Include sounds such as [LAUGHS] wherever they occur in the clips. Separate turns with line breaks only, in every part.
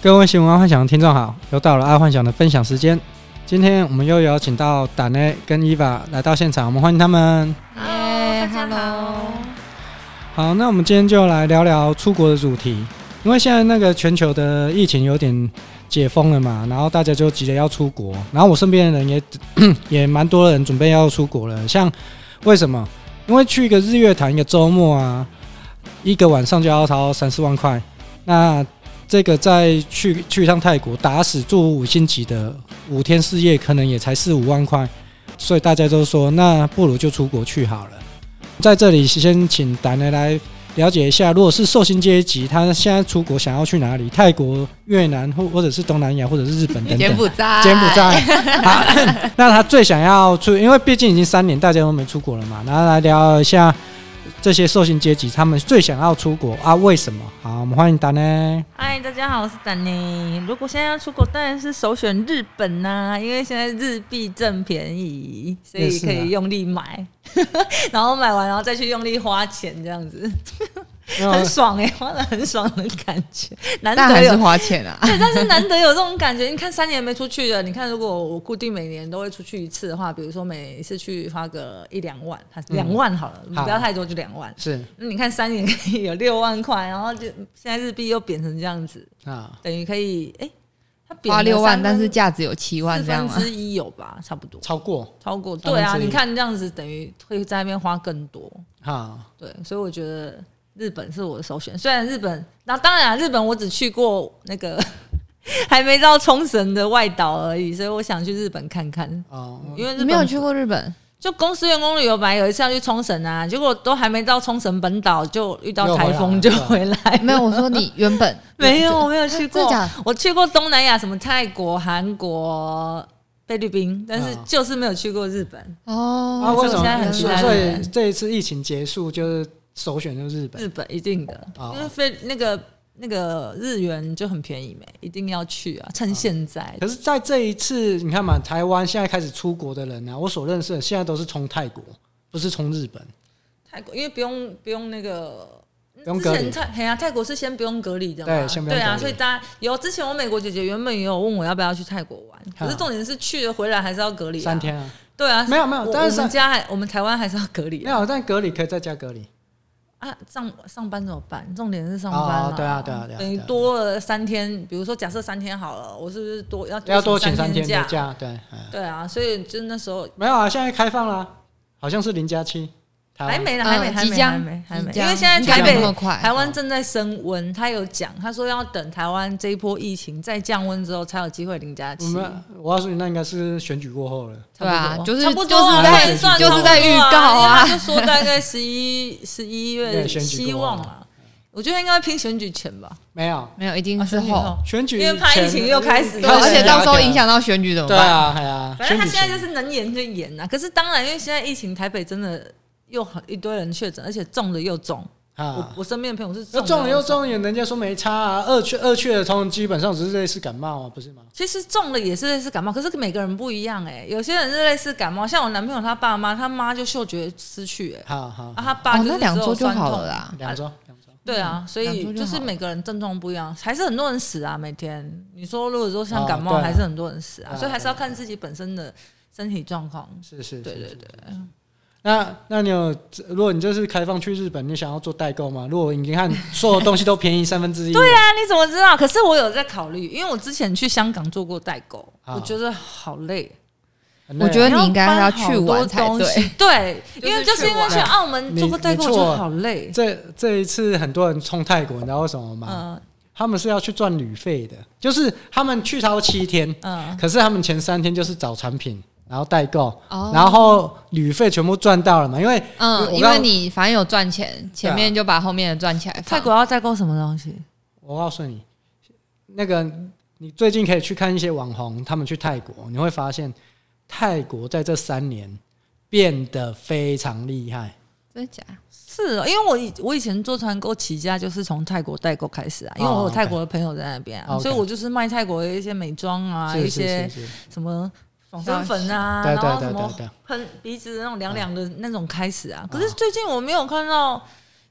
各位新闻幻想的听众好，又到了爱幻想的分享时间。今天我们又邀请到达内跟伊娃来到现场，我们欢迎他们。
哦
哦哎
耶
Hello，大家好
好，那我们今天就来聊聊出国的主题，因为现在那个全球的疫情有点解封了嘛，然后大家就急着要出国，然后我身边的人也也蛮多人准备要出国了，像为什么？因为去一个日月潭一个周末啊，一个晚上就要掏三四万块，那这个再去去一趟泰国打死住五星级的五天四夜，可能也才四五万块，所以大家都说那不如就出国去好了。在这里先请达内来了解一下，如果是寿星阶级，他现在出国想要去哪里？泰国、越南，或或者是东南亚，或者是日本等等。
柬埔寨，
柬埔寨。
哎
[LAUGHS] 好，那他最想要出，因为毕竟已经三年大家都没出国了嘛，然后来聊一下这些受薪阶级他们最想要出国啊，为什么？好，我们欢迎达呢。
嗨，大家好，我是丹妮。如果现在要出国，当然是首选日本呐、因为现在日币正便宜，所
也
以
是啊
可以用力买， [LAUGHS] 然后买完然后再去用力花钱，这样子 [LAUGHS] 很爽哎、花的很爽的感觉，难
哦但还
得
是
有。
花钱啊。 [LAUGHS]
对，但是难得有这种感觉。你看三年没出去了，你看如果我固定每年都会出去一次的话，比如说每一次去花个一两万，
嗯
两万好了，
好
不要太多，就两万。
是
那你看三年可以有六万块，然后就现在日币又贬成这样子，
啊，
等于可以哎、它贬了
花六万，
三分
但是价值有七万
四
这样啊
分
吗？
之一有吧，差不多
超过
超过。
三分
对啊，
之一
你看这样子等于会在那边花更多。
啊，
对，所以我觉得日本是我的首选。虽然日本，那当然啊、日本我只去过那个 [LAUGHS] 还没到冲绳的外岛而已，所以我想去日本看看，
哦，
因为
你
日本
没有去过日本？
就公司员工旅游，本来有一次要去冲绳啊，结果都还没到冲绳本岛就遇到台风
又
就
回
回来，
没有，我说你原 [LAUGHS] 本
没有，我没有去
真
过
的假的，
我去过东南亚，什么泰国、韩国、菲律宾，但是
嗯
就是没有去过日本。
哦。
啊，为什么
我现在很
所以
期待
所
日
以
本
这一次疫情结束就是首选就是日本
日本一定的，
哦
因为菲那个那个日元就很便宜没，一定要去啊，趁现在。
可是，在这一次，你看嘛，台湾现在开始出国的人啊，我所认识的现在都是从泰国，不是从日本。
泰国因为不用不用那个。
不用
之
隔离
前泰哎呀，泰国是先不用隔离的嘛，
对先不用
对
隔
啊，
离
所以大家有之前我美国姐姐原本也有问我要不要去泰国玩，可是重点是去了回来还是要隔离、啊、
三，天啊，
对啊，
没有没有
我
但是
我们家还我们台湾还是要隔离、
没
啊，
有，但隔离可以在家隔离。
啊，上上班怎么办？重点是上班啊、
哦对啊对啊对啊
等于
对啊
多了三天，比如说假设三天好了，我是不是多要
要多请三
天
天的？假，对，嗯
对啊，所以就那时候
没有啊，现在开放了，好像是零加七，台
还
湾
没呢，
嗯
还没，还没
即将
还没，还没，
即将
因为现在
应
该
台
没
北
那
么快
台湾正在升温，他有讲，他说要等台湾这一波疫情再降温之后，才有机会零加
我
七。
们我告诉你，那应该是选举过后了，
差不
对
多
啊就是
差不多
就是
在
啊换算
就是
在
差不多
预告啊
因为他就说大概十一十一
对
月
选举过
希望啊，我觉得应该拼选举前吧，
没有
没有，一定
啊
是
选举
后。
选举
因为怕疫情又开始
对，
了
而且到时候影
影响
响到选举怎么
对
办？
啊，哎呀，
反正他
选举
现
前
在就是能演就演啊。可是当然，因为现在疫情，台北真的又很一堆人确诊，而且中了又中。我
啊，
我身边的朋友是
那
中
中了又
中。
中了，人家说没差啊，二确二确的通常基本上只是类似感冒啊，不是吗？
其实中了也是类似感冒，可是每个人不一样哎、有些人是类似感冒，像我男朋友他爸妈，他妈就嗅觉失去哎、
好好，
啊，他爸
哦
就，是
那两
只有
周就
酸
好
痛
了。啦。嗯
两周两周，
对啊，所
两周
以
就
就是
好
每个人症状不一样，还是很多人死啊，每天。你说如果说像
哦
感冒，
对啊
还是很多人死啊，
对啊
所以还是要看自己本身的身体状况。
是是，是
对对。
是
对，
那那你有，如果你这次开放去日本，你想要做代购吗？如果你看所有东西都便宜三分之一，对啊，
那你怎么知道？可是我有在考虑，因为我之前去香港做过代购，
啊
我觉得好累。
我觉得你应该
要
要去玩才对。
对，
就是
因为就是因为
去
去
玩
澳门做过代购
你你
就
错了
好累。
这这一次很多人冲泰国，你知道为什么吗？
嗯
他们是要去赚旅费的，就是他们去超七天，
嗯，
可是他们前三天就是找产品，然后代购，
哦
然后旅费全部赚到了嘛，因为
嗯，
我
因
刚
为你反正有赚钱，前面就把后面的赚起来放。
泰国要代购什么东西？
我告诉你，那个你最近可以去看一些网红，他们去泰国，你会发现泰国在这三年变得非常厉害。
真的假？
是哦，因为我以我以前做团购起家就是从泰国代购开始啊，因为
哦
我有
OK
泰国的朋友在那边、啊
哦，OK
所以我就是卖泰国的一些美妆啊，
是
一
是
些
是是，
什么爽身粉啊，
对
然
对
后
对
什么
对对
喷鼻子的那种凉凉的那种开始啊。可是最近我没有看到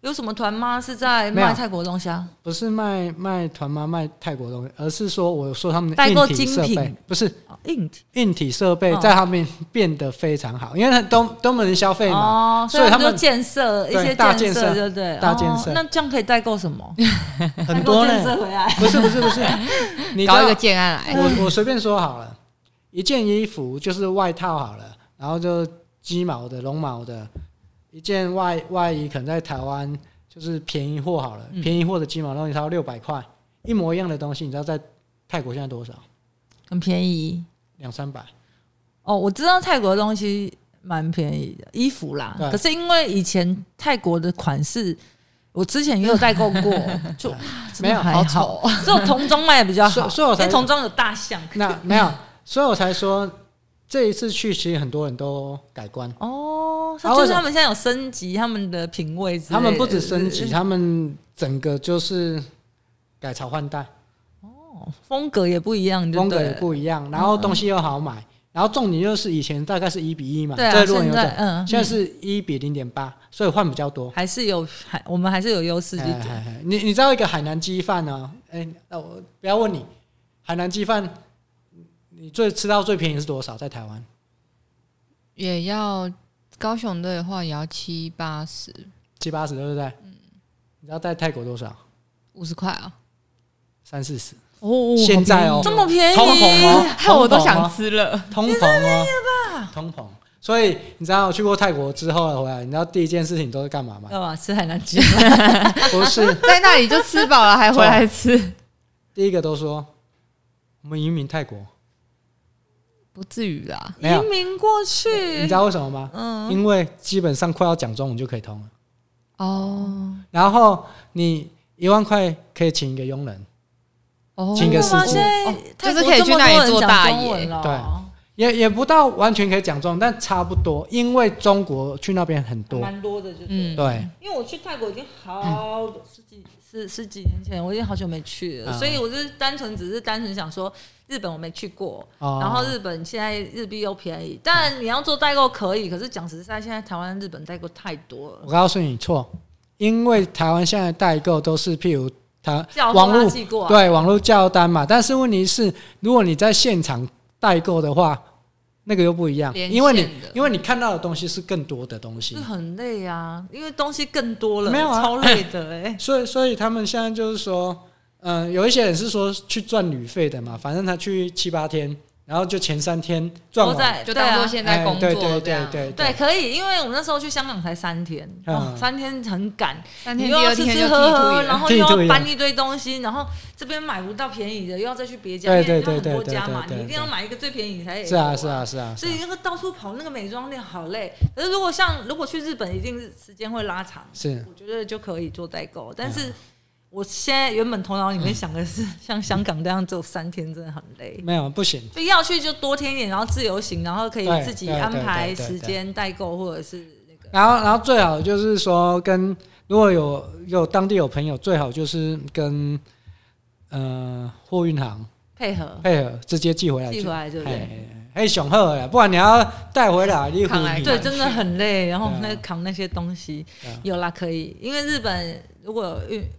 有什么团吗？是在
没有
卖泰国东西啊？
不是卖卖团妈卖泰国东西，而是说我说他们的
代
硬
购
体
精
设备
品
不是
哦 int
硬体设备
哦
在他们变得非常好，因为他东东门人消费嘛，
哦，
所以他们
就建设一
对
些
大
建
建设
设，对不对？
大建
哦
设
那这样可以代购什么？
[LAUGHS] 很
[LAUGHS]
多
代
呢。
购建设回来。
不是不是不是，你知道
搞一个建案来，
我我随便说好了，一件衣服就是外套好了，然后就鸡毛的、绒毛的，一件外外衣可能在台湾就是便宜货好了，
嗯
便宜货的鸡毛，然后你超六百块，一模一样的东西，你知道在泰国现在多少？
很便宜
两三百。
哦。我知道泰国的东西蛮便宜的，衣服啦
对。
可是因为以前泰国的款式，我之前也有代购
[LAUGHS]
过，就
没有
还好，
丑，
[LAUGHS] 只有童装卖的比较
所
好。
所以我才
因为童装有大象
那没有， [LAUGHS] 所以我才说这一次去，其实很多人都改观。
哦，
啊为
就
什
是
么
他们现在有升级他们的品味之类
他
的，
们不止升级，啊
是
他们整个就是改朝换代，
不是风格也不一样，就
风格
嗯对
也
了
不一样，然后东西又好买，然后重点就是以前大概是一比一嘛，
对
在
啊，
论
现
有
在
转，
嗯，
现在是一比零点八，所以换比较多。
还是有还我们还是有优势一
哎
点。
哎哎你你知道一个海南鸡饭呢？哎，那我不要问你，海南鸡饭你最吃到最便宜是多少？在台湾
也要高雄的话也要七八十
七八十，对不对？
嗯
你知道在泰国多少？
五十块啊，
三四十，
哦
现在哦
这么便宜，
通膨哦，
害我都
通膨
想
哦
吃了。
通膨哦，通膨。所以你知道我去过泰国之后回来，你知道第一件事情都是干
[LAUGHS]
嘛吗？
干嘛吃海南鸡？
不是，
在那里就吃饱了，还回来吃，
第一个都说我们移民泰国，
不至于啦。
没有
移民过
你
去
知，道为什么吗？
嗯，
因为基本上快要讲中文就可以通了。
哦
然后你一万块可以请一个佣人，
哦，
请一个司
哇
机
现在
哦
泰
就
国
是可以去
这么
那
多
里
人
做
讲
大
中文
爷，
了
对也也不到完全可以讲中文，但差不多，因为中国去那边很多。
蛮多的，就
嗯
是。
对，
因为我去泰国已经好十几十十几年前，我已经好久没去了，
嗯
所以我就是单纯只是单纯想说，日本我没去过，
哦
然后日本现在日币又便宜，但你要做代购可以，可是讲实在，现在台湾、日本代购太多了
哦我，告诉你错，因为台湾现在代购都是譬如台
叫
网
货
络
拉寄过、啊，
对网络叫单嘛，但是问题是，如果你在现场代购的话，那个又不一样，
连
因为你
线的
因为你看到的东西是更多的东西
就是，很累啊，因为东西更多了，
没有啊
超累的哎、
所以所以他们现在就是说，嗯、有一些人是说去赚旅费的嘛，反正他去七八天，然后就前三天 [LAUGHS] 赚
都
完，
在
就
对啊
当做现在工
哎
作
对对
这
对
样。
对
对，，可以，因为我们那时候去香港才三天，
嗯
哦、三天很赶，
三
你
天，
又
第
要
二
吃
天就
吃
踢
喝喝，
腿
然
了。
后
踢
又
腿
要
了
搬一堆东西，然后这边买不到便宜的，又要再去别家，
对
因
对
为它很
对
多
对
家嘛，
对对
你一定要
对
买一个最便宜你才可以
是啊
走
是啊。是啊，
所以那个到处跑那个美妆店好累，可是如果像如果去日本，一定是时间会拉长，
啊是
我觉得就可以做代购。
啊
但是我现在原本头脑里面想的是， [LAUGHS] 像香港这样只有三天，真的很累。
没有不行，
就要去就多添一点，然后自由行，然后可以
对
自己
对对
安排
对对
时间代购或者是那个。
然后然后最好就是说跟如果有有当地有朋友，最好就是跟呃货运行。
配合
配合直接寄回来就，
寄回来，对不对？
哎，雄鹤呀，不然你要带回来，你
扛来
虎
对，
皮
真的很累，然后
对啊
那个扛那些东西
对啊，
有啦可以，因为日本如果有运，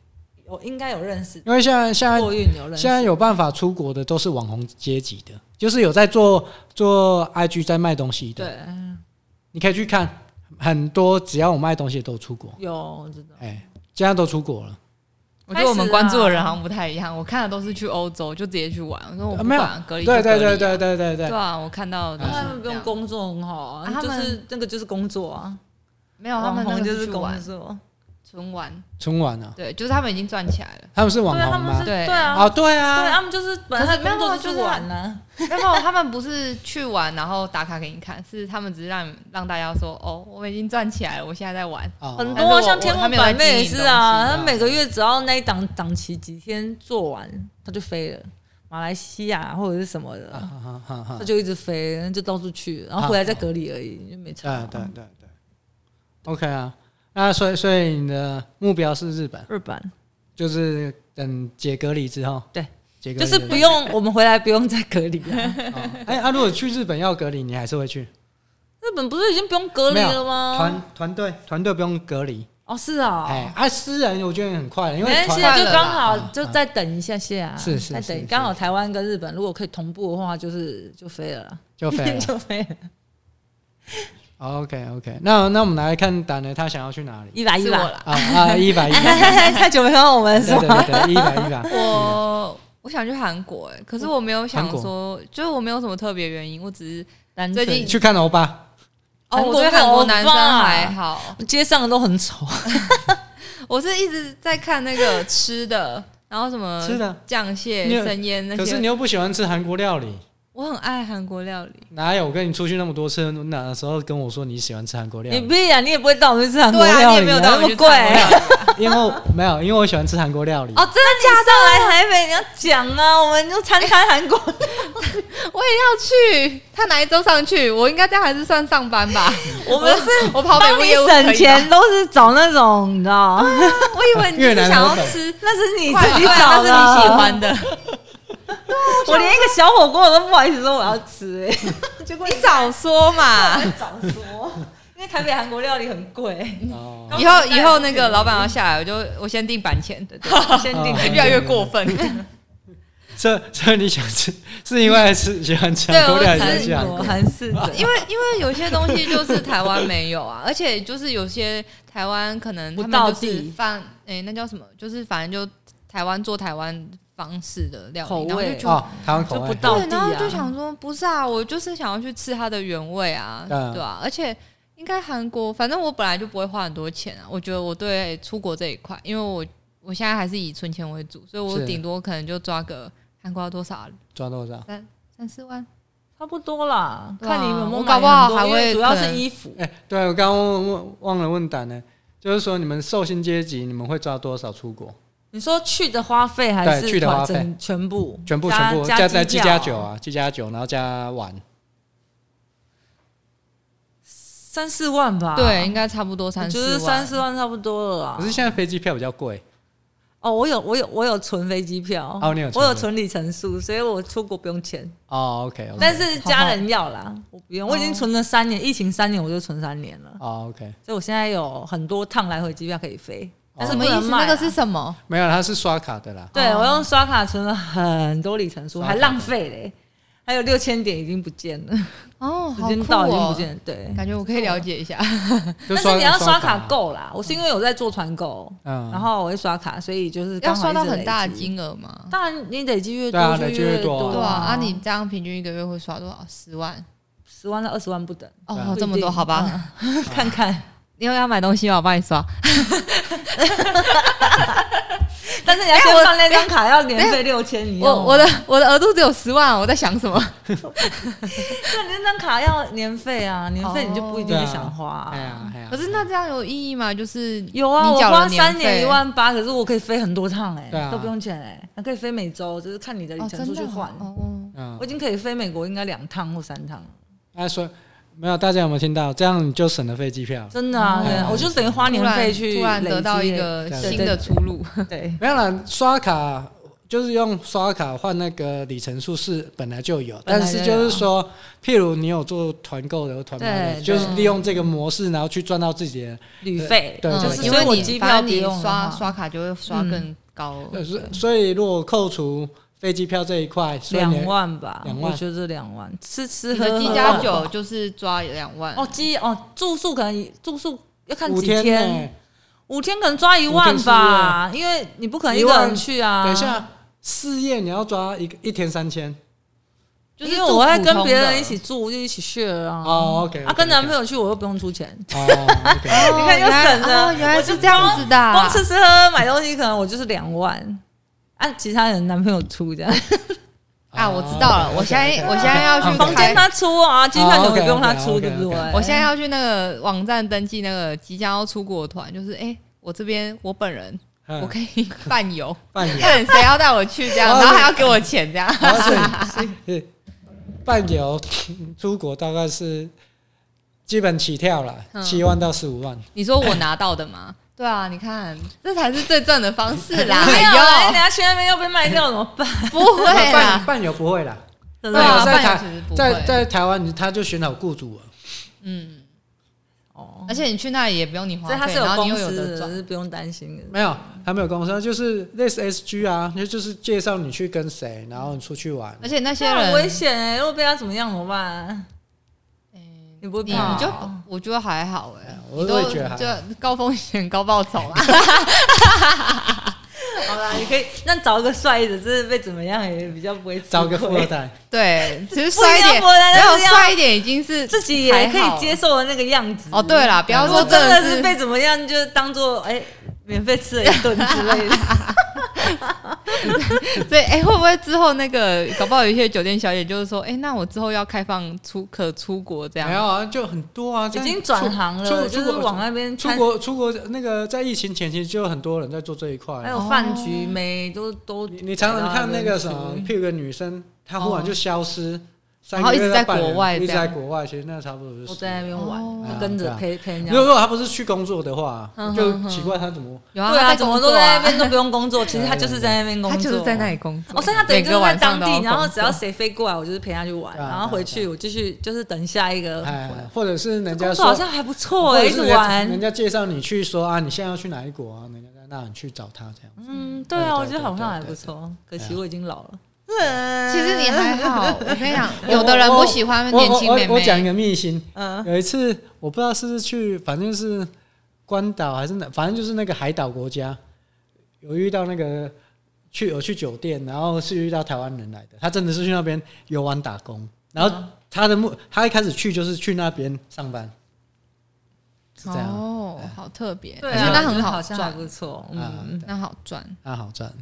我应该有认识
因为现在现在
货运有认识
现，在有办法出国的都是网红阶级的，就是有在做做 IG 在卖东西的，
对，
你可以去看，很多只要我卖东西的都出国，
有我知道，
哎，现在都出国了，
我觉得我们关注的人好像不太一样，我看的都是去欧洲就直接去玩，我说我
啊
不
没有
管隔离
对
就
对
隔离啊
对对对对
对
对，
啊，我看到的
那
都是
他们
这
不用
样
工作很好啊，
啊他
就
们
是那个就是工作啊，
没有他们那
网红
个
就是
去玩
工作，
纯玩，
春晚啊，
对，就是他们已经赚起来 [LAUGHS] 了。
他们是网
对啊，他
红
们是
吗？
对
对啊，
哦，对
对，
啊，
他们就是本来
可
他
是
的工
没
作
有啊
就
就是是
玩啊呢，
然后他们不是去玩，然后打卡给你看，是他们只是让让大家说哦，我已经赚起来了，我现在在玩。
哦
很
但是
多
我
像天
我还
幕
没有在
版妹也
经营
是
东西
啊，
啊
她每个月只要那一档档期几天做完，她就飞了，马来西亚或者是什么的，
啊哈哈哈
她就一直飞，然后就到处去，
啊
然后回来
哦
再隔离而已，就没
对
差。啊
对对对，OK 啊，那所以所以你的目标是日
啊
本。
日本
就是等解隔离之后，
对，
解隔
就
离
是不用我们回来不用再隔离
[LAUGHS]
了。
哦哎、啊，如果去日本要隔离，你还是会去？
日本不是已经不用隔离了吗？
团团队团队不用隔离，
哦，是哦，
哎，啊，私人我觉得很快，因
没
为团
关系啊，就
快乐
刚好
嗯
就再等一下下啊，
是是
再
是
等，
是
刚好台湾跟日本如果可以同步的话，就是就飞了啦，
就飞了。
[LAUGHS] 就飞了，
OK OK，那那我们来看胆呢，他想要去哪
[LAUGHS]
里？
一把一
是我
把，
啦，
啊啊，一百一百，
哎太久没看到我们
对
是
对
吗？
对，一百一
[LAUGHS]
百。
我我想去韩国、哎，可是我没有
嗯
想
韩国
说，就是我没有什么特别原因，我只是
单
最
纯
嗯
近
去看欧巴，
哦，
韩国
我对韩国男生
很棒啊
还好，
街上的都很丑， [LAUGHS]
我是一直在看那个吃的， [LAUGHS] 然后什么
吃的
酱蟹
你有、
生腌那
可是
些
你，又不喜欢吃韩国料理，
我很爱韩国料理。
哪有？我跟你出去那么多次，你哪时候跟我说你喜欢吃韩国料
你
理？
必然你也不会带我们去吃韩国
对啊，
料
你
理，
也没有带
那
我
么
们去啊吃
贵，
韩国料理
因为我没有，因为我喜欢吃韩国料理。
哦，真的假的？上来台北你要讲啊，我们就参参韩国，
我也要去。他哪一周上去？我应该这样还是算上班吧？
[LAUGHS] 我们是
我跑北
帮
部
你
业务可
省
以吗。
钱，都是找那种你知道， [LAUGHS]
我以为你
越
是
南
想
河
要
粉
吃
那是你
快
自己
乐，啊那
找的，啊
是你喜欢的。
[LAUGHS] 我连一个小火锅我都不好意思说我要吃、哎，结果
你早说嘛！
早说，因为台北韩国料理很贵， [LAUGHS]
哦
以后以后那个老板要下来，我就我先订板钱，对对，
先
定
定。
越来越过 [LAUGHS] 分。
这这你想吃，是因为是喜欢吃
对
韩国料理
我
才
只
去
是
韩
国
国？
韩式的，
因为因为有些东西就是台湾没有啊，而且就是有些台湾可能他
不到
们就是
地
饭诶、那叫什么？就是反正就台湾做台湾方式的料
口
理，然后
味
就觉得
哦，台湾口
就不
味。
到
对，
底
然后
啊
就想说，不是啊，我就是想要去吃它的原味啊，
嗯
对啊，而且应该韩国，反正我本来就不会花很多钱啊。我觉得我对出国这一块，因为我我现在还是以存钱为主，所以我
是
顶多可能就抓个韩国要多少啊
抓多少？
三四万，
差不多啦，
对啊
看你有没有
我
买
搞不好
很多
还会
因为主要
可
是
能
衣服，
哎、对我刚刚忘忘忘了问胆呢，就是说你们寿星阶级，你们会抓多少出国？
你说去的花费还
对
是
去的花费
整全部
全部全部
加
再
机
七
票
加九，啊，七加九，然后加晚
三四万
啊
吧，
对，应该差不多三四
就
万，
是三四万差不多了
可
啦
是。现在飞机票比较贵，
哦，我有我有我有存飞机票，
哦你有存
我有存里程数，所以我出国不用钱，
哦，OK，, o k
但是家人要啦，我不用，我已经存了三年，疫情三年我就存三年了。
哦，OK，
所以我现在有很多趟来回机票可以飞，但
哦
是
什
不
么意
能
思？
卖啊、
那个是什么？
没有，它是刷卡的啦。
对
哦
我用刷卡存了很多里程数，
刷卡
还浪费嘞，还有六千点已经不见了，
哦，
时
好
间
酷
到已经不
哦，
见了。对，
感觉我可以了解一下。
就
但是你要刷
卡啊
卡，够啦，我是因为有在做团购，
嗯，
然后我会刷卡，所以就是
要
刚好
刷到
一直
很大
累
的
积。
金额吗？
当然，你累积越
对啊
多就
累积越多
多
啊
对啊，啊，
啊，
你这样平均一个月会刷多少？十万？
十万到二十万不等，啊
对啊哎
哦，这么多，好吧。
看看。
[LAUGHS] 你有要买东西吗？我帮你刷。
但是你要先
哎我
办那张卡，要年费六千，你要啊
我我的我的额度只有十万，啊我在想
[LAUGHS]
什么？
那你那张卡要年费啊，年费你就不一定会
哦
想花啊。
哎呀哎呀，
可是那这样有意义吗？就是
有啊，
你
我
缴
花
了
三
年
年
费
一，万八，可是我可以飞很多趟哎、
对啊
都不用钱哎、还可以飞每周，就是看
呃
你的里
哦，
程
真
数去
的
换。
哦哦，
嗯
我已，经可以飞美国应该两趟或三趟了，
哎说没有，大家有没有听到？这样你就省了飞机票。
真的啊，
哦
对啊，我就等于花
突
年
然
费去
突然得
累积
到一
耶
个
对
新的出路， [LAUGHS]
对
没有啦，刷卡就是用刷卡换那个里程数是本来就有，
本来
但
就是有
就是说，譬如你有做团购的或团买的，
对
就是
对
利用这个模式，然后去赚到自己的。
旅费，
对
就
对
是
对
因
所
为
以我
你
机
反
票
正
不
你
用的
刷
话
刷卡就会刷更高，
呃所所以如果扣除飞机票这一块，所以你
两万吧，
两万
我觉得两万吃吃
你
喝
的
喝
机
吧
加九就是抓两万
哦，机哦住宿可能住宿要看
五
几
呢？
五天可能抓一万吧，因为你不可能一
一
个
万
人去啊。
等一下，事业你要抓一个一天三千
就是
因为我
住
会
普
跟
通
别
的
人一起 [LAUGHS] 住，就一起 share 啊。
哦，OK，
啊，跟男朋
友
友去我又不用出钱，
哦，OK，
哦
你看又
原来
省了
哦原来
我就是
这样子的啊，
光吃吃喝喝买东西可能我就是两万，啊，其他人男朋友出这样，
[LAUGHS] 啊，我知道了，我现在我现在 [LAUGHS] 要去
啊房
开
间他出啊，机
哦
票钱我
OK，OK，
不用他出，
OK，OK，
对不对
OK？
我现在要去那个网站登记那个即将要出国的团，就是哎、诶我这边我本人我
我
可以 [LAUGHS] 伴游，
扮演，
看 [LAUGHS] 谁要带我去这样，
哦
然后还要给我钱这样。
然后所以是伴游 [LAUGHS] 出国大概是基本起跳了，
嗯
七万到十五万。
你说我拿到的吗？ [LAUGHS] 对啊，你看这才是最正的方式 [LAUGHS] 啦。
[LAUGHS] 没有
哎
啊，等下去那边又被卖掉怎么办？
呦， [LAUGHS] 不会
伴
啦，
伴游不会啦，
真
对啊
伴游在
伴
的
游
台
其实不会
在在台湾，他就选好雇主了。
嗯，
哦，
而且你去那里也不用你花
所以它
费，
是有
然后你
公
又有
司
的
的，
赚。
是不用担心的。
没有，还没有公司，就是类似 SG 啊，那就是介绍你去跟谁，然后你出去玩。
而且那些
那很
人，
危险哎、如果被他怎么样怎么办？
嗯
你不会
你
怕
你就
哦
我觉得还好哎、
嗯我
你
我
都
也觉得还好
就高风险高报酬啊
[LAUGHS]
啦。
好啦，你可以那找一个帅一点，就是被怎么样也比较不会吃
找个
亏
富二代，
对，其实
不一
帅一
定要
点，
不会但
没有
是要
帅一点已经是
自己也可
还好
以接受的那个样子。
哦。对啦，不要
如果
说
真的
是
是被怎么样，就当做哎、免费吃了一顿之类的。
所以，哎、会不会之后那个，搞不好有一些酒店小姐就是说，哎、那我之后要开放出可出国这
没
样，
有啊，就很多啊，
[LAUGHS] 已
在
经转行了，
出
就
出
是
出
往那边
出
看。
国出国那个在疫情前期就有很多人在做这一块
还
啊。
哎
有饭局没都都
你你常常看那个什么，譬如一个女生，她忽然就消失，三个
哦然后一
月
直
到
在
半年
国外
一直
这样
在国外，其实那差不多就是
我在那边
哦
玩，就跟
啊
着陪陪人
如果
家。
如果她不是去工作的话
嗯，
就
嗯嗯
奇怪她怎么
有
对啊，
啊，
怎么都在那边都不用
[LAUGHS]
工作，其实他就是在那边工
他
作，
就是在那里工作，
哦，所以他等于就是在当
每
地，
个晚上都要
然后只要谁飞过来，我就是陪他去玩，
对啊
然后回去我继续就是等下一
嗯
个
哎
回来。，
或者是人家说
工作好像还不错
或
哎，
者
一
是
直
人家人
玩。
家介绍你去说啊，你现在要去哪一国啊？人家在那你去找他这样。
嗯，对啊，我
对对
觉得好像还
对对
不
对
错，可
对
惜我已经老了。
其实你还好，我跟你 [LAUGHS] 讲，
我
有的人
我
不喜欢
我
年轻妹
我我我讲一
妹，
个秘辛，
嗯，
有一次我不知道是不是去，反正是关岛还是哪，反正就是那个海岛国家，有遇到那个去有去酒店，然后是遇到台湾人来的，他真的是去那边游玩打工，然
嗯
后他的目他一开始去就是去那边上班，是这样
哦，好特别，
对
而且
啊，
那很
好
好
像还
赚，
不错，
啊
嗯，，
那好赚，
那好赚，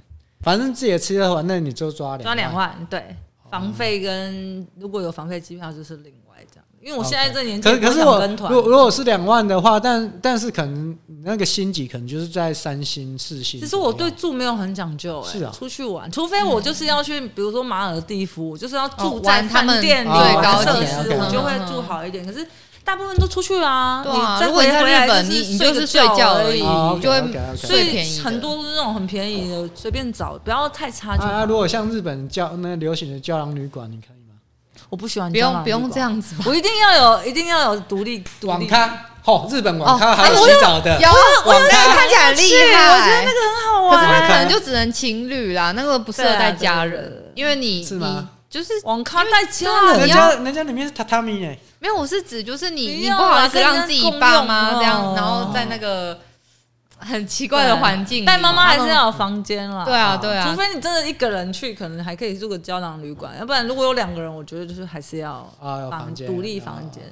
反正自己的吃喝玩乐你就抓两哦
抓两，万，对，房费跟如果有房费机票就是另外这样，因为我现在这年纪
可是
不
可是
想
我
跟团，
如如果是两万的话，但但是可能那个星级可能就是在三星四星左右。
其实我对住没有很讲究、哎，
是啊
出去玩，除非我就是要去，比如说马尔地夫，我就是要住
哦
在
玩他
饭
们
店里
最高
设
级
施，
的
我就会
嗯
住好一点。可是大部分都出去啊，
对啊
你再
如果
回
你在
回来
日本你你就是是
睡
睡觉而
而
已
哦
就会
OK，OK，OK
所
最便宜
以
的
很多都是那种很便宜的，随便找，不要太差就
啊，啊
好。
如果像日本胶那流行的胶囊旅馆，你可以吗？
我不喜欢
不
胶
用
囊
不用
旅馆
这，样子吧。
我一定要有，一 [LAUGHS] 定哎要有独立
网。咖，哦，日本
网
网
咖
咖
还
还
有
有
洗
洗澡的，
有啊，我
网
那
咖
个看起来很
独立
厉
去
害，
我觉得那个很好
可是
玩。
那可能
对
就只能情侣啦，那个不适合
对啊
带家人，
对对对
因为你
是
你
吗
就是
网咖带家
对啊
人
人
你
家
要
人家里面是榻榻米耶，
没有，我是指就是你
不
你
要
不
啊
好意思
跟人家
让自己爸妈
共用
这样，
哦
然后在那个很奇怪的环境里，
啊但妈妈还是
然后
要哦有房间啦。
对啊对啊
除非你真的一个人去，可能还可以住个胶囊旅馆，要不然如果有两个人，我觉得就是还是要
啊，有房间，嗯
独立房间，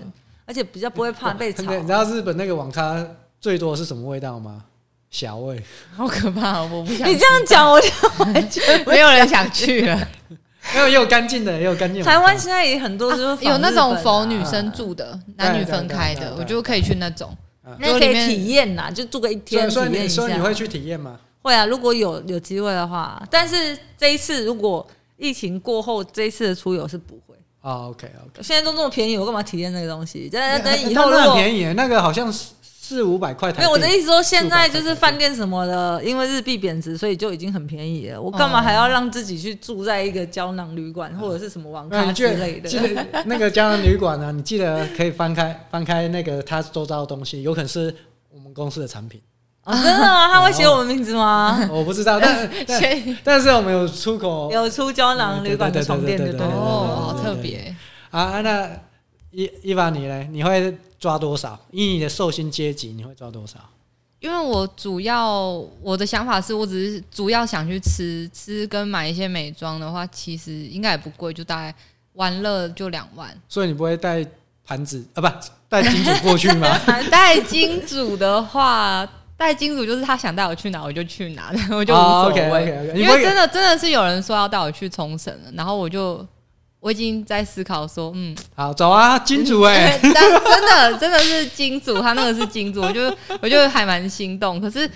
而且比较不会
[LAUGHS]
怕被吵
真。的。你知道日本那个网咖最多是什么味道吗？小味， [LAUGHS]
好可怕，我不想
[LAUGHS] 你这样讲，我就完全
没有人想去了，
[LAUGHS]
没有也有干净的，也有干净的网
台
咖。
湾现在也很多就是仿
有那种
日本啊
否女生住的，男女分开
对对
的，
对
我就可以去那种。
啊那
就
可
里
以
面
体验呐，就住个一
所
天
以所以
体验
你
一
所以你
下。
会去体验吗？
会啊，如果有有机会的话，但是这一次如果疫情过后，这一次的出游是不会。
啊，OK OK，
现在都这么便宜，我干嘛体验那个东西？但等以
那
后如
那哎很
果
便宜耶，那个好像四四五百块台币。
没有，我的意思说，现在
400
就是饭店什么的，因为日币贬值，所以就已经很便宜了。我干
哦
嘛还要让自己去住在一个胶囊旅馆或者是什么网
那
咖
你
之
记
类
得
的？
记得那个胶囊旅馆呢？你记得可以翻开翻开那个它周遭的东西，有可能是我们公司的产品，
哦真的吗？他会写我们名字吗？
我不知道，但
[LAUGHS]
但
先
但是我们有出口啊
有出胶囊旅馆的床垫的，
对对对对对对对
哦，好特别，
啊，那伊伊凡你嘞？你会抓多少？以你的寿星阶级，你会抓多少？
因为我主要我的想法是我只是主要想去吃吃跟买一些美妆的话，其实应该也不贵，就大概玩乐就两万。
所以你不会带盘子啊，不带金主过去吗？ [LAUGHS]
带金主的话，带金主就是他想带我去哪我就去哪，我就无
哦
所谓。
，OK，OK，OK，你
因
不
为
会
真的真的是有人说要带我去冲绳了，然后我就我已经在思考说，嗯，
好，走啊，金主哎、
[LAUGHS] 但真的真的是金主，他那个是 [LAUGHS] 金主，我就我就还蛮心动。可是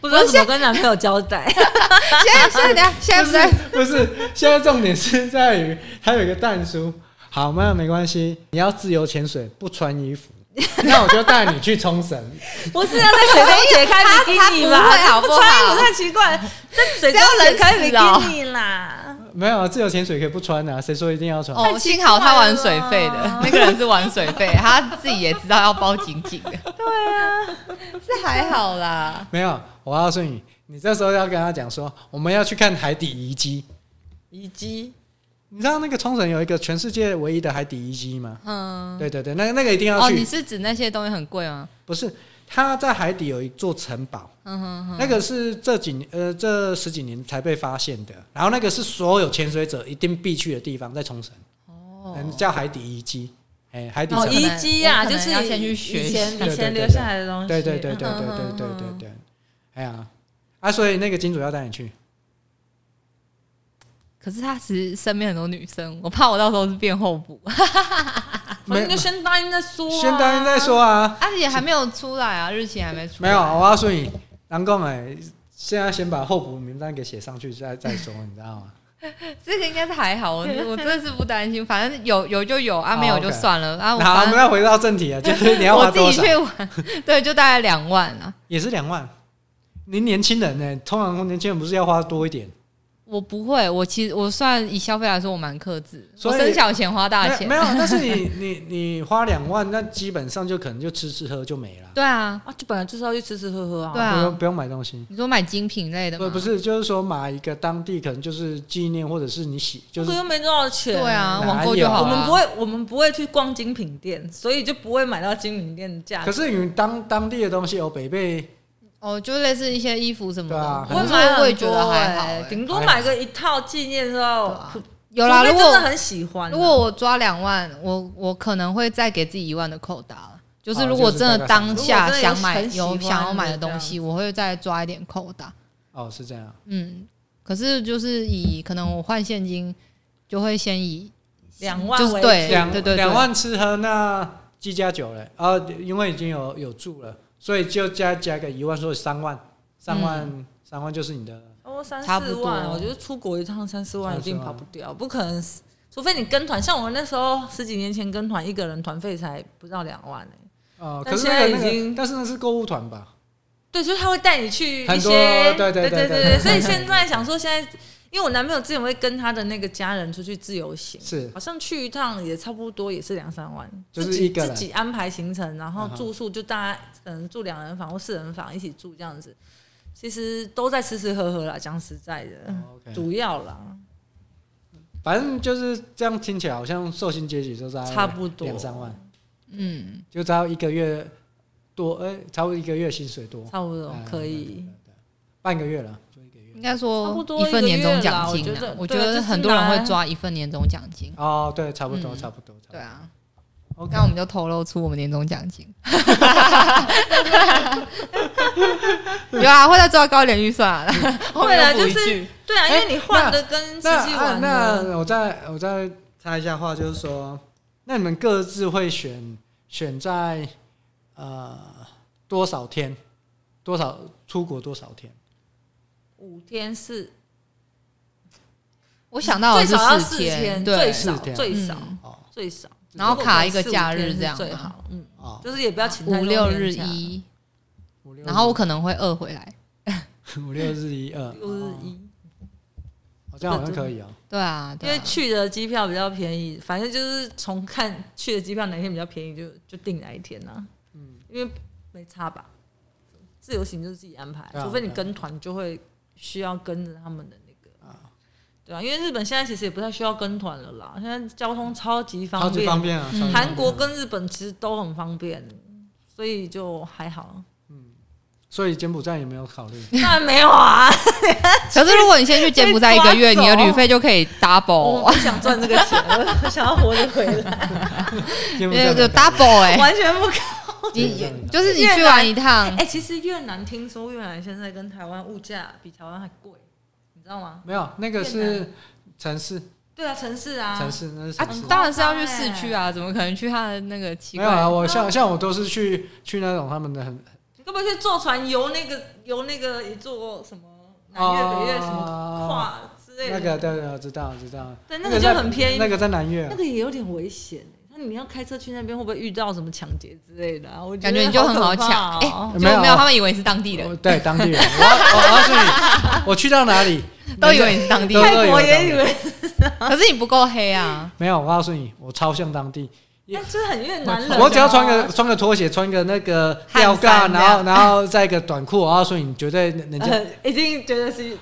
不知道怎么跟男朋友交代。
现在现在等一下现在不在
不是，现在重点是在于它有一个蛋叔。好，那没关系，你要自由潜水，不穿衣
[LAUGHS]
服，那我就带你去冲绳。
不是要在水中解开比基尼吧？
他他不会好不好
穿衣服太奇怪，在水中解开比基尼啦。
没有啊，自由潜水可以不穿啊，谁说一定要穿？
哦，
太奇
幸好他
怪
玩
了
水费的
[LAUGHS]
啊，
那个人是玩水费，他自己也知道要包紧
[LAUGHS]
紧的。对啊，这还好啦。
没有，我告诉你，你这时候要跟他讲说，我们要去看海底遗迹。
以及
你知道那个冲绳有一个全世界唯一的海底遗迹吗？
嗯，
对对对，那个那个一定要
哦，
去。
你是指那些东西很贵吗？
不是，它在海底有一座城堡，
嗯哼哼，
那个是这几年呃这十几年才被发现的。然后那个是所有潜水者一定必去的地方，在冲绳，嗯
哦，
叫海底遗迹。哎、海底
哦，
城
以
遗
可能
迹啊，
我可
就
能
是
要先去学
以
一
前
下
以前
对对
留
对
下来的东西。
对对对对对
嗯
对对对对对。哎呀，啊，所以那个金主要带你去。
可是他其实身边很多女生，我怕我到时候是变后 [LAUGHS] 补，
反正
没
就先答应再说啊，
先答应再说啊。
而且还没有出来啊，日期还没出
没
来。
有，我告诉你，南宫哎，现在先把候补名单给写上去，再再说，你知道吗？
这个应该是还好，我 [LAUGHS] 我真的是不担心，反正有有就有啊，
好
没有就
OK
算了啊。我
好，我
反
们
正
要回到正题啊，就是你要
我
花
自
多
己
少？
去玩， [LAUGHS] 对，就大概两万啊。
也是两万。您年轻人呢、通常年轻人不是要花多一点？
我不会，我其实我算以消费来说，我蛮克制，
所
我
以
省小钱花大
没有
钱
没。有，但是你 [LAUGHS] 你你花两万，那基本上就可能就吃吃喝就没了，
对啊，
啊，就本来就是要去吃吃喝喝啊。
对
不用
啊，
不用买东西。
你说买精品类的
不
吗？
不是，就是说买一个当地可能就是纪念，或者是你喜就
这
是
个又没多少钱。
对啊，
哪
网购就
有
好
我
了。
们不会，我们不会去逛精品店，所以就不会买到啊精品店的价
可
格。
是你当当地的东西有北贝，
哦，就类似一些衣服什么
对啊
的，
我
我
会
是
买很多
我也觉得还好
欸
欸。
顶多买个一套纪念之
对
后，
啊
除
有啦，
除非
如
真的
果
很喜欢啊。
如果我抓两万，我我可能会再给自己一万的扣打了。就是
哦
如果
就是
真的
大概
当下
如果真的有
想买
很喜
有
欢
想要买的
的这
东
样
西，我会再抓一点扣打。
哦，是这样。
嗯，可是就是以可能我换现金就会先以
两万
就是
为
对
主
两
对对对
两万吃喝，那鸡加酒嘞，啊，因为已经有有住了，所以就加加个一万，所以三万，三万、三万就是你的。
哦，三
差不
四
多
万，我觉得出国一趟三四万一定
三四万
跑不掉，不可能，除非你跟团。像我那时候十几年前跟团，一个人团费才不到两万欸呢、
呃，
但
可是那个
现在已
那
经
个，但是那是购物团吧？
对，所以他会带你去
很
一
多
些，
对对对对
对对
对
所以现在想说，现在因为我男朋友之前会跟他的那个家人出去自由行，
是，
好像去一趟也差不多也是两三万，
就是
自己
一个人
自己安排行程，然后
嗯哼
住宿就大家可能住两人房或四人房一起住这样子，其实都在吃吃喝喝啦，讲实在的，
哦，OK
主要啦。
反正就是这样，听起来好像寿星阶级就在
差不多
两三万，
嗯
就只要一个月多，哎、差不多一个月薪水多，
差不多
哎
可
对对
以
对。对半个月了，就一个月
应。该
差不
说
多
一份
一个
年
月
终
啦
奖
我
金
觉
啊
得，
我觉
对啊
得
就是
很多人会
拿
抓一份年终奖金。
哦，对，差不多，
嗯
差不多，差不多。
对啊，
OK，
那我们就透露出我们年终奖金。 [LAUGHS] 有啊，会再抓高一点预算啊。后面
[LAUGHS] 会啊
又补一
就是
句
对啊，因为你换的跟实际
那
玩的，
那我再我再插一下话，就是说，那你们各自会选选在呃多少天，多少出国多少天？
五天四，
我想到
最
的是
少要
四
四天，最
对，
少
四天
最少
嗯
哦
最少，
然后卡一个
四五
假
天
日
是
这样
最
嘛
好，嗯，
哦，
就是也不要请太
五
多
六
天
日
假，
一，
五六日
然后我可能会饿回来。
五六日一二，
六日一，
哦，这样好像可以哦。
对啊，
因
对啊
为去的机票比较便宜，反正就是从看去的机票哪一天比较便宜就就定哪一天啊，
嗯，
因为没差吧，自由行就是自己安排，
对啊
除非你
对啊
跟团就会需要跟着他们的那个
啊。
对啊，因为日本现在其实也不太需要跟团了啦，现在交通超级
超
方
级
便，
方便啊！超级方便
韩国跟日本其实都很方便，所以就还好。
所以柬埔寨有没有考虑？
当然没有啊，
可是如果你先去柬埔寨一个月，
被
你
抓
的
走
旅费就可以
哦
我
double，
不想赚这个钱，我想要活着回
[LAUGHS]
来，
柬埔寨没
有
有
有
考
[LAUGHS]
虑
double 哎，
完全不可。
你就是你去玩一趟
哎、，其实越南听说越南现在跟台湾物价比台湾还贵，你知道吗？
没有，那个
越
是城市，
对啊，城市啊，
城市那是
啊
城市，。
当然是要去市
欸
区啊，怎么可能去他的那个奇
没有啊，
怪？
我像像我都是去去那种他们的很
你根本去坐船游那个游那个也坐过什么南越北越什么
么
跨之类
哦那
的，
个对对，我知道我知道。
对那
那
个就
在
很便宜，
那个在南越
那，个也有点危险、欸，它你要开车去那边会不会遇到什么抢劫之类的、啊？我
感觉你就很好
好
抢，哎、
哎，
就没有
没有
他们以为你是当地人，
我对当地人，我要我告诉你，我去到哪里
都以为你是当地
都
人，
泰国也以为，
可是你不够黑啊，
没有，我告诉你，我超像当地。
但是很越南人啊。
我只要穿个穿个拖鞋，穿个那个吊
汗
嘎，
衫这
然后
样
然后再一个短裤，我告诉你，你绝对人家，
呃，已经觉得是。
你知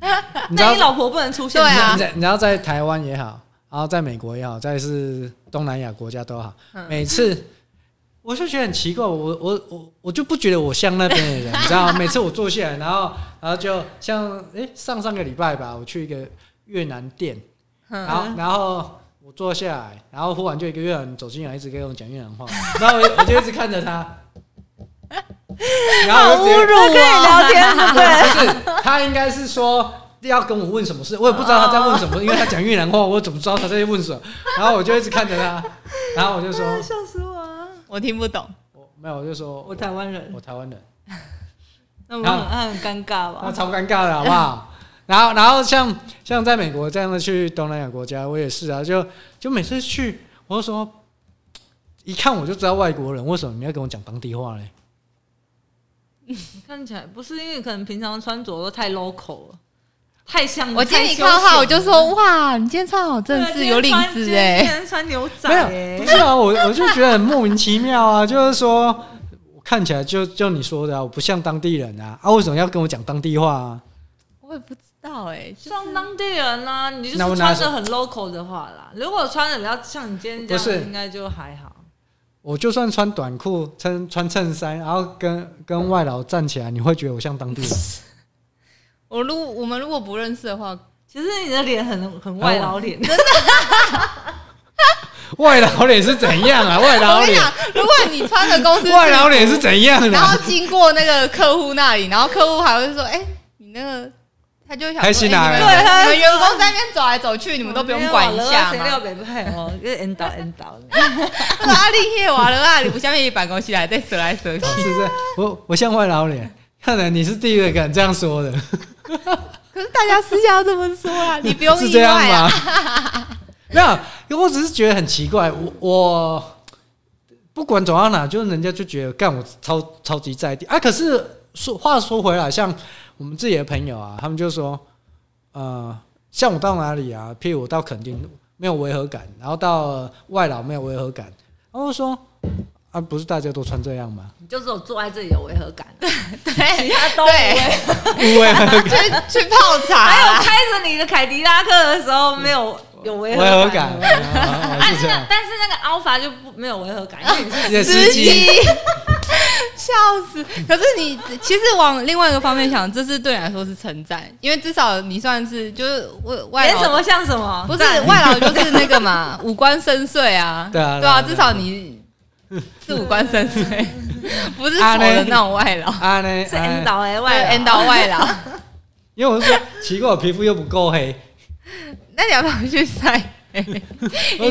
道
呃那你老婆不能出现，
对啊
你在你要在台湾也好，然后在美国也好，再是东南亚国家都好，每次我就觉得很奇怪，我我我我就不觉得我像那边的人，你知道吗？每次我坐下来，然后然后就像哎、诶上上个礼拜吧，我去一个越南店，然后然后。我坐下来，然后忽然就一个越南人走进来，一直跟我讲越南话，然后我我就一直看着他，然后我就直接
啊
侮辱我，
聊天啊是不是？
不是，他应该是说要跟我问什么事，我也不知道他在问什么，因为他讲越南话，我怎么知道他在问什么？然后我就一直看着他，然后我就说，
笑死我啊！
我听不懂，
我没有，我就说
我
我
台湾人，
我台湾人，
那么很很尴
那
尬吧？
超尴尬的好不好？然后，然后像像在美国这样的去东南亚国家，我也是啊，就就每次去，我就说，一看我就知道外国人，为什么你要跟我讲当地话嘞？
看起来不是因为可能平常穿着都太 local 了，太像。
我今天一
嗯太
看到
休闲
他，
了
我就说哇，你今天穿好
对
正
啊
式，有领子
今天穿今
哎，
天穿牛仔
没
欸
有，不是啊，我我就觉得很莫名其妙啊，就是说我看起来就就你说的、啊，我不像当地人啊，啊，为什么要跟我讲当地话啊？
我也不知道哎，就是
像当地人啦、你就
那我
是
拿
穿的很 local 的话啦。如果穿的比较像你今天这
不是
样，应该就还好。
我就算穿短裤、穿穿衬衫，然后跟跟外劳站起来，你会觉得我像当地人？ [LAUGHS]
我如我们如果不认识的话，
其实你的脸很很外劳脸，
外劳脸是怎样
[LAUGHS]
啊？外劳
我跟你
脸，
讲，如果你穿着公司制服
外劳脸是怎样啊的、
然后经过那个客户那里，然后客户还会说：“哎、你那个。”他就会想说
开心啊
哎你
对
们
他
你们员工在那边走来走去，你们都不用管一
[LAUGHS]
下
谁料
吗？
北派哦，跟 N 导 N
[LAUGHS]
导。
那个阿丽叶瓦了啊，你不下面一办公室还在折来折去，
[LAUGHS]
是不是？我我像外劳脸，看来你是第一个敢这样说的，
可是大家私下都这么说啊， [LAUGHS] 你不用
是
意
这样
外啊。
吗？ [LAUGHS] 没有，我只是觉得很奇怪，我我不管走到哪，就是人家就觉得干我超超级在地啊。可是说话说回来，像我们自己的朋友啊，他们就说，呃，像我到哪里啊，譬如我到垦丁没有违和感，然后到呃外劳没有违和感，然后我说啊，不是大家都穿这样吗？
你就只有坐在这里有违和
[LAUGHS]
感，其
对
他都无违。
有违和感，
去去泡茶
还有
啊、
开着你的凯迪拉克的时候没有
嗯
有违
违和
感
感，。啊
啊，
是这
那 [LAUGHS]
样，
但是那个 Alpha 就不没有违和感，因为你是
也司 [LAUGHS] 机。，
笑死！可是你其实往另外一个方面想，这是对你来说是称赞，因为至少你算是就是外外
演
劳
什么像什么，
不是外劳就是那个嘛，五官深邃啊，
对啊
对啊，
对啊
至少你是五官深邃，不是丑
啊嘞
的那种外劳，
啊呢，
是
啊
N 导哎
对
外
N 到外劳。
因为我是说，奇怪，我皮肤又不够黑，
那你要不要去晒？
我
你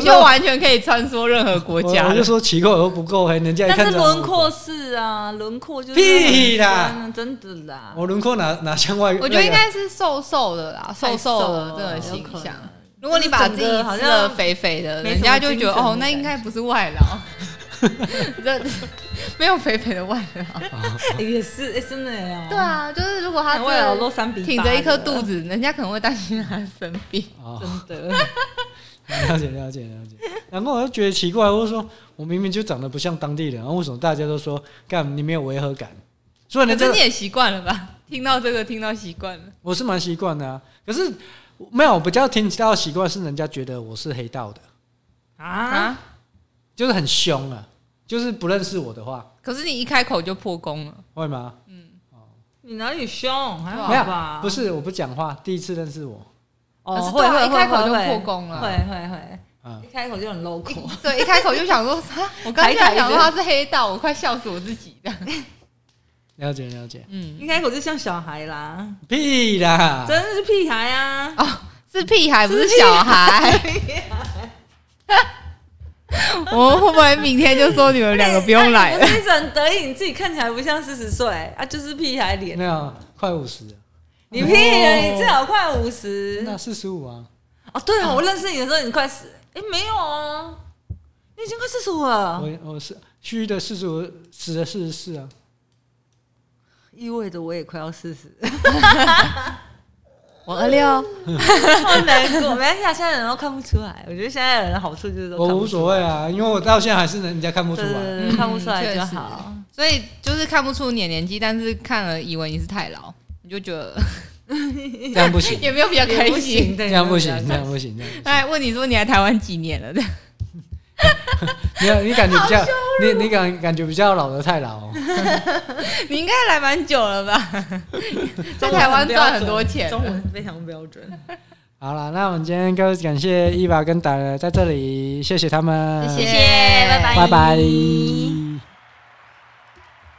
说
就完全可以穿梭任何国
我
家
我就，说奇怪，我又不够黑，人家一
但
看
是
就
轮廓是啊，轮廓就是
屁啦
很酸啊，真的啦，
我轮廓哪哪像外？
我觉得应
那个
该是瘦瘦的啦，瘦
太瘦
瘦的
了
这个形
有可
象
能。
如果你把自己
就是整个好
吃
像
的肥肥的，
没什
人
么
家就会觉得
精神的
哦，那
感觉
应该不是外劳， [LAUGHS] 这没有肥肥的外劳。
也是，哎，真的呀，
对，啊，就是如果他
他
真
为了
的
露三比八
挺着一颗肚，子，人家可能会担心他生病。
哦，
真的，
[LAUGHS]
了解了解了解。然后我就觉得奇怪，我就说我明明就长得不像当地人，然后为什么大家都说干你没有违和感？所以呢，
可是
这
你也习惯了吧？听到这个，听到习惯了。
我是蛮习惯的啊。可是没有，我比较听到的习惯是人家觉得我是黑道的，
啊，
就是很凶啊，就是不认识我的话
可是你一开口就破功了，
会吗？
你哪里凶？还好
没有
吧？，
不，是我不讲话，第一次认识我，
哦，
可是
会
对啊
会
一开口就
会
破功了
会会会，
嗯
一开口就很 local，
对，一开口就想说，哈我刚才
抬抬的
想说他是黑道，我快笑死我自己的。
了解了解，
嗯，
一开口就像小孩啦，
屁啦，
真的是屁孩啊！
哦，是屁孩不是小孩。 [LAUGHS] 我们会不会明天就说你们两个不用来
哎
了
[LAUGHS] 你？不是一直很得意，你自己看起来不像四十岁啊，就是屁孩脸
没。有快五十了，
你屁了，
哦
你至少快五十哦
那四十五啊。
哦。对啊，我认识你的时候你快十，哎，没有啊，你已经快四十五了，
我我是虚的四十五，死的四十四啊。
意味着我也快要四十，
我二六，
好难过。没关系啊，现在人都看不出来。我觉得现在人的好处就是都看
我
不
无所谓啊，因为我到现在还是人家看不
出
出
来，对
来。
对对看不出来
嗯
就
确实
好。
所以就是看不出你的年纪，但是看了以为你是太老，你就觉得
[LAUGHS] 这样不
[LAUGHS]
行，
也没有比较开
也不
心
行，。
这
对
样不行，
这
这
样
样不行，这样不行。
他还问你说你来台湾几年了？
没有，你感觉比较，你你感感觉比较老的太老哦。
[LAUGHS] 你应该来蛮久了吧？ [LAUGHS] 在台湾赚很多钱
中文非常标准。
好了，那我们今天就感谢伊娃跟达尔在这里，谢谢他们，
谢
谢谢，拜拜，
拜拜